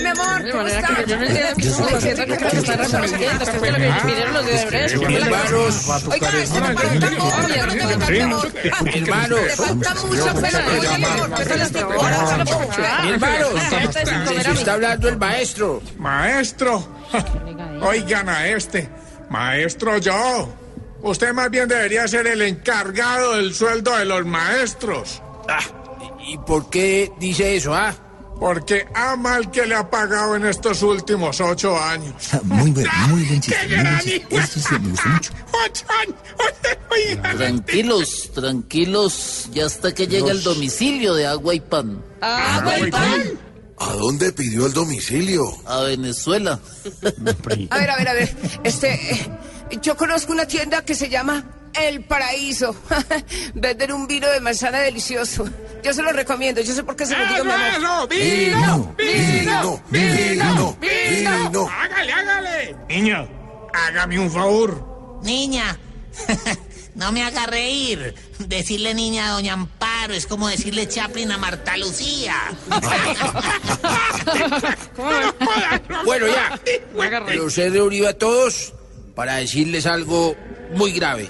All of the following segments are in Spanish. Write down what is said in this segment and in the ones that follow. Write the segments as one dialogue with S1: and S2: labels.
S1: mi amor,
S2: De
S1: ¿cómo
S2: manera
S1: estás?
S2: que yo no entiendo cómo se trata que me está respondiendo, que fue lo que pidieron los de Odebrecht.
S3: Hermanos,
S1: Oiga, se me paró el tambor, ya no tengo el tambor.
S3: hermanos,
S1: Le falta mucha pena, oiga, mi amor, pero las temporadas son poco.
S3: hermanos,
S2: Gente sin comer
S3: se
S2: a mí.
S3: está hablando el maestro.
S4: Maestro, oigan a este. Maestro yo. Usted más bien debería ser el encargado del sueldo de los maestros,
S3: ¿Y por qué dice eso, ah?
S4: porque ama al que le ha pagado en estos últimos ocho años.
S5: Ah, Muy buen, muy buen
S4: ¡Qué
S5: chiste. Muy buen
S4: gran
S5: chiste.
S4: hijo!
S5: Este sí me gustó mucho.
S4: ¡Ocho años! Oigan,
S6: Tranquilos, tranquilos, ya hasta que llega el domicilio de agua y pan
S1: Agua y pan.
S7: ¿A dónde pidió el domicilio?
S6: a Venezuela.
S1: A ver, a ver, a ver. Este, eh, yo conozco una tienda que se llama El Paraíso. Venden un vino de manzana delicioso. Yo se lo recomiendo, yo sé por qué se lo digo, mi amor.
S4: ¡Hermano! Ah,
S5: Eh,
S4: ¡Vino! ¡Vino!
S7: Vino, vino,
S4: ¡Vino!
S7: vino.
S4: ¡Hágale, hágale! Niño, hágame un favor.
S8: Niña, no me haga reír. Decirle niña a Doña Amparo es como decirle Chaplin a Marta Lucía.
S3: Bueno, ya,
S2: Agarré.
S3: los he reunido a todos para decirles algo muy grave.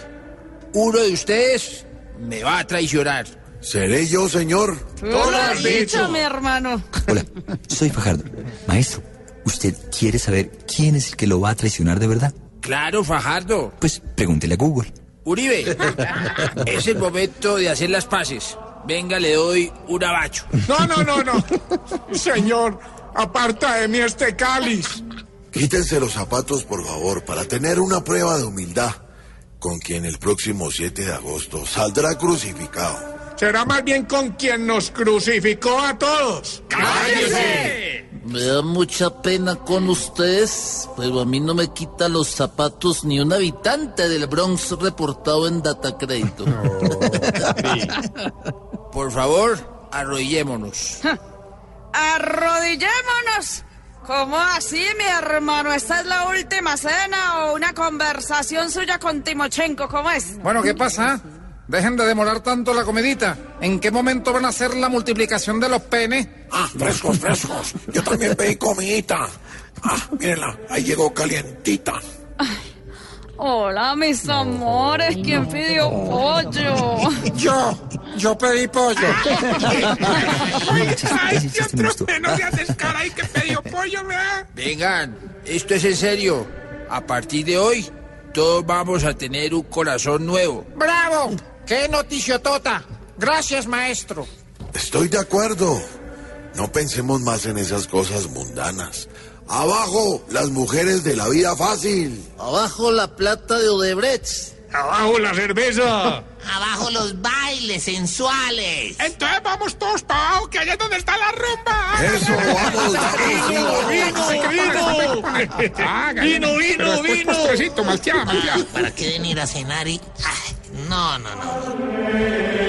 S3: Uno de ustedes me va a traicionar.
S7: ¿Seré yo, señor?
S2: Tú lo
S4: has
S2: has
S4: dicho.
S2: dicho, mi hermano.
S5: Hola, soy Fajardo. Maestro, ¿usted quiere saber quién es el que lo va a traicionar de verdad?
S3: Claro, Fajardo.
S5: Pues pregúntele a Google.
S3: Uribe, es el momento de hacer las paces. Venga, le doy un abacho.
S4: No, no, no, no. Señor, aparta de mí este cáliz.
S7: Quítense los zapatos, por favor, para tener una prueba de humildad con quien el próximo 7 de agosto saldrá crucificado.
S4: Será más bien con quien nos crucificó a todos.
S6: Me da mucha pena con ustedes, pero a mí no me quita los zapatos ni un habitante del Bronx reportado en Data Crédito.
S3: Por favor, arrodillémonos.
S2: Arrodillémonos. ¿Cómo así, mi hermano? ¿Esta es la última cena o una conversación suya con Timochenko? ¿Cómo es?
S9: Bueno, ¿qué pasa? Dejen de demorar tanto la comidita. ¿En qué momento van a hacer la multiplicación de los penes?
S7: Ah, frescos, frescos. Yo también pedí comidita. Ah, mírenla, ahí llegó calientita.
S2: Hola, mis amores. ¿Quién pidió pollo?
S4: Yo, yo pedí pollo.
S5: Ese chiste- ese chiste me gustó.
S4: no seas descarado que pedió pollo, ¿verdad?
S3: Vengan, esto es en serio. A partir de hoy, todos vamos a tener un corazón nuevo.
S9: ¡Bravo! ¡Qué noticiotota! Gracias, maestro.
S7: Estoy de acuerdo. No pensemos más en esas cosas mundanas. Abajo, las mujeres de la vida fácil.
S6: Abajo la plata de Odebrecht.
S4: Abajo la cerveza.
S8: Abajo los bailes sensuales.
S4: Entonces vamos todos para abajo, que allá es donde está la rumba.
S7: Eso, vamos, vamos.
S4: vino, vino. Vino, vino, vino.
S8: Ah,
S4: Postrecito, malteada, malteada.
S8: ¿Para qué venir a cenar y.? Ay, no, no, no.